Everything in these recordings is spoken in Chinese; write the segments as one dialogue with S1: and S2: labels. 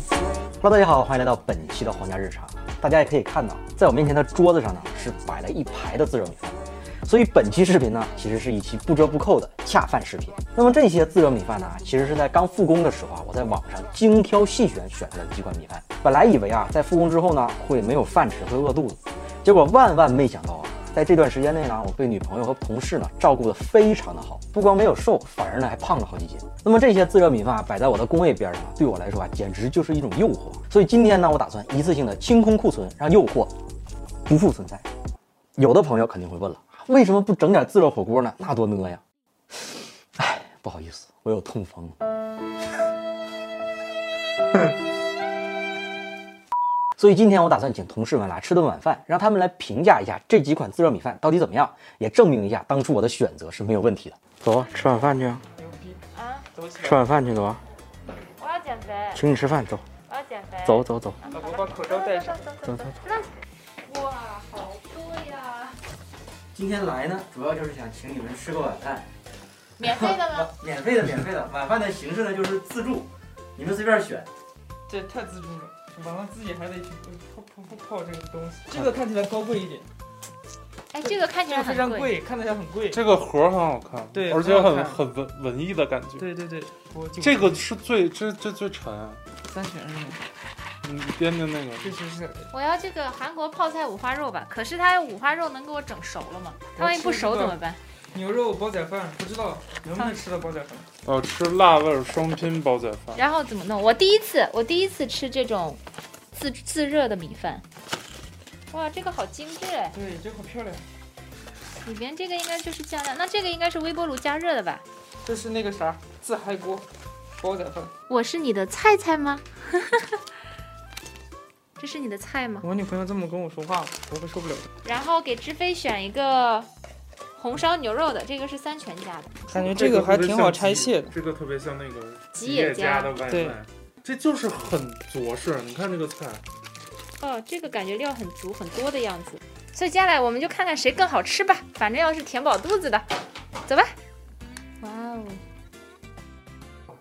S1: Hello，大家好，欢迎来到本期的皇家日常。大家也可以看到，在我面前的桌子上呢是摆了一排的自热米饭，所以本期视频呢其实是一期不折不扣的恰饭视频。那么这些自热米饭呢，其实是在刚复工的时候啊，我在网上精挑细选选出来的几款米饭。本来以为啊，在复工之后呢会没有饭吃，会饿肚子，结果万万没想到啊。在这段时间内呢，我被女朋友和同事呢照顾得非常的好，不光没有瘦，反而呢还胖了好几斤。那么这些自热米饭啊摆在我的工位边上，对我来说啊简直就是一种诱惑。所以今天呢，我打算一次性的清空库存，让诱惑不复存在。有的朋友肯定会问了，为什么不整点自热火锅呢？那多呢呀！哎，不好意思，我有痛风。所以今天我打算请同事们来吃顿晚饭，让他们来评价一下这几款自热米饭到底怎么样，也证明一下当初我的选择是没有问题的。
S2: 走啊，吃晚饭去啊！
S3: 啊，
S2: 吃晚饭去走啊！
S3: 我要减肥，
S2: 请你吃饭，走，
S3: 我要减肥。
S2: 走走走。
S4: 老公把口罩戴上。
S3: 走走。
S5: 哇，好贵啊呀！
S1: 今天来呢，主要就是想请你们吃个晚饭，
S5: 免费的吗？
S1: 免费的，免费的。晚饭的形式呢就是自助，你们随便选。
S4: 这太自助了，晚上自己还得去泡泡泡泡这个东西。这个看起来高贵一点，
S5: 哎，这个看起
S4: 这
S5: 来
S4: 个非
S5: 很
S4: 常
S5: 贵。
S4: 贵，看起来很贵。
S6: 这个盒儿很好看，
S4: 对
S6: 而且
S4: 很好
S6: 很
S4: 看
S6: 很文文艺的感觉。
S4: 对对对，我就
S6: 这个是最这这最沉，啊嗯
S4: 三选二，
S6: 你掂掂那个，
S4: 确实是。
S5: 我要这个韩国泡菜五花肉吧，可是它五花肉能给我整熟了吗？它
S4: 我
S5: 万一不
S4: 吃
S5: 熟
S4: 这个
S5: 怎么办？
S4: 牛肉煲仔饭，不知道能不能吃到煲仔饭。
S6: 我要哦吃辣味儿双拼煲仔饭。
S5: 然后怎么弄？我第一次，我第一次吃这种自自热的米饭。哇，这个好精致哎！
S4: 对，这个好漂亮。
S5: 里边这个应该就是酱料，那这个应该是微波炉加热的吧？
S4: 这是那个啥自嗨锅煲仔饭。
S5: 我是你的菜菜吗？ 这是你的菜吗？
S4: 我女朋友这么跟我说话，我会受不了的。
S5: 然后给知飞选一个红烧牛肉的，这个是三全家的。
S4: 感觉这个还挺好拆卸的。
S6: 这个特别像那个
S5: 吉野家
S6: 的外
S4: 对，
S6: 这就是很着实。你看这个菜，
S5: 哦，这个感觉料很足很多的样子。所以接下来我们就看看谁更好吃吧，反正要是填饱肚子的，走吧。哇哦，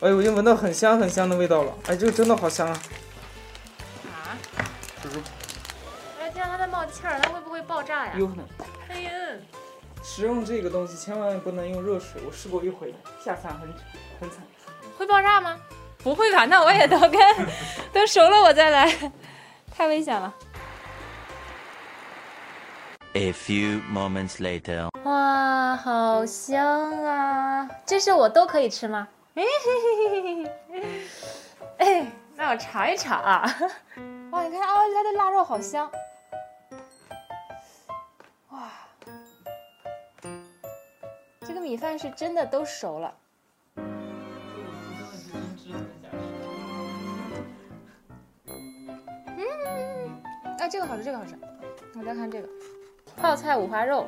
S4: 哎，我已经闻到很香很香的味道了。哎，这个真的好香啊！
S5: 啊！
S6: 就是
S5: 哎，这样它在冒气儿，它会不会爆炸呀？
S4: 有可能。
S5: 哎呀，
S4: 食用这个东西千万不能用热水，我试过一回，下饭很很惨。
S5: 会爆炸吗？不会吧？那我也等跟等熟了我再来，太危险了。
S7: A few moments later.
S5: 哇，好香啊！这是我都可以吃 吗？哎嘿嘿嘿嘿嘿嘿，哎，那我尝一尝啊！ 哇，你看哦，它的腊肉好香！哇，这个米饭是真的都熟了。嗯，哎，这个好吃，这个好吃。我再看这个泡菜五花肉。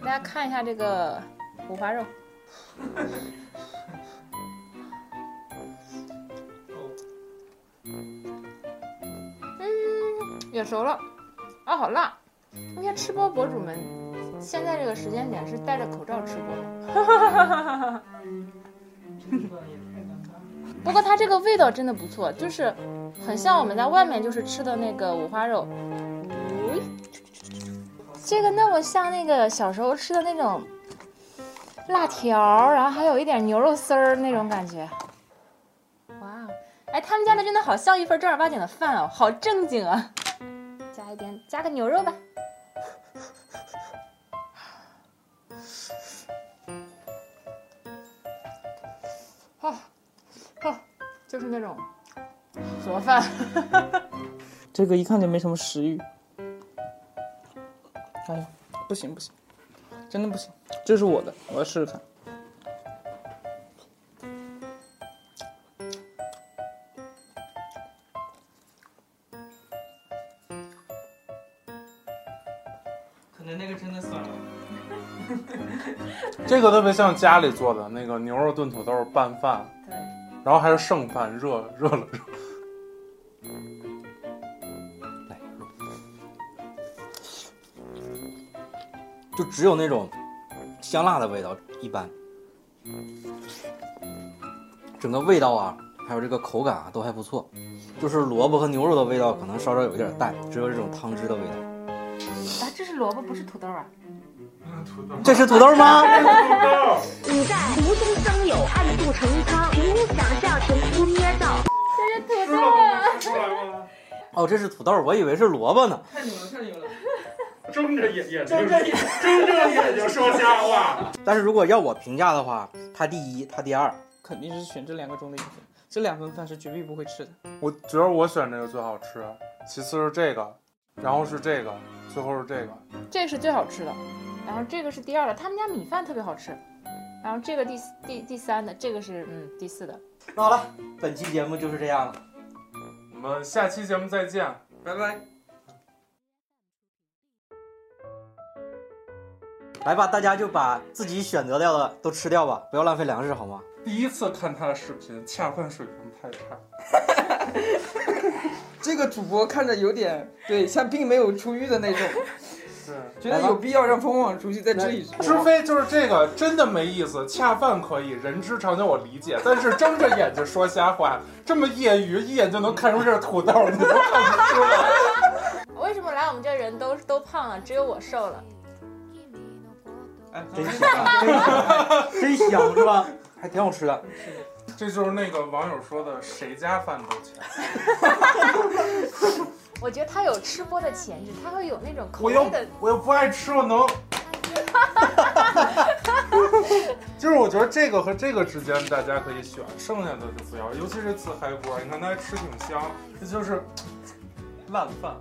S5: 大家看一下这个五花肉，嗯也熟了，啊，好辣！那些吃播博主们，现在这个时间点是戴着口罩吃播的。不过它这个味道真的不错，就是很像我们在外面就是吃的那个五花肉。喂这个那么像那个小时候吃的那种辣条儿，然后还有一点牛肉丝儿那种感觉。哇哦，哎，他们家的真的好像一份正儿八经的饭哦，好正经啊！加一点，加个牛肉吧。哦，哦，就是那种什么饭？
S4: 这个一看就没什么食欲。哎呀，不行不行，真的不行，这是我的，我要试试看。可能那个真的算了。
S6: 这个特别像家里做的那个牛肉炖土豆拌饭，
S4: 对，
S6: 然后还是剩饭热热了热。
S1: 来，就只有那种香辣的味道，一般。整个味道啊，还有这个口感啊都还不错，就是萝卜和牛肉的味道可能稍稍有一点淡，只有这种汤汁的味道。
S5: 啊，这是萝卜，不是土豆啊！
S6: 土豆
S1: 这是土豆 吗？
S8: 你在无中生有，暗度陈仓，凭想象，神乎捏造。
S4: 吃了吃出来吗？
S1: 哦，这是土豆，我以为是萝卜呢。
S4: 太牛了，太牛了！
S2: 睁着眼眼睛，
S4: 睁着眼，
S2: 睁着眼睛说瞎话。
S1: 但是如果要我评价的话，它第一，它第二。
S4: 肯定是选这两个中的一份，这两份饭是绝对不会吃的。
S6: 我觉得我选这个最好吃，其次是这个，然后是这个，最后是这个。
S5: 这个是最好吃的，然后这个是第二的，他们家米饭特别好吃，然后这个第四第第三的，这个是嗯第四的。
S1: 那好了，本期节目就是这样了。
S6: 我们下期节目再见，拜拜。
S1: 来吧，大家就把自己选择掉的都吃掉吧，不要浪费粮食好吗？
S6: 第一次看他的视频，恰饭水平太差。
S4: 这个主播看着有点对，像并没有出狱的那种，
S6: 对，
S4: 觉得有必要让风往出去再吃一吃。
S6: 知非就是这个，真的没意思。恰饭可以，人之常情我理解，但是睁着眼睛说瞎话，这么业余，一眼就能看出这是土豆，你都看不出来。
S5: 为什么来我们这人都都胖了，只有我瘦了？
S4: 哎，
S1: 真香啊， 真香是吧？还挺好吃的。
S6: 这就是那个网友说的，谁家饭都全。
S5: 我觉得他有吃播的潜质，他会有那种口
S6: 我
S5: 味
S6: 又
S5: 的。
S6: 我又不爱吃，我 能。就是我觉得这个和这个之间大家可以选，剩下的就不要，尤其是自嗨锅，你看它还吃挺香，这就是烂饭。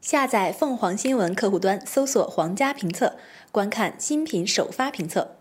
S9: 下载凤凰新闻客户端，搜索“皇家评测”，观看新品首发评测。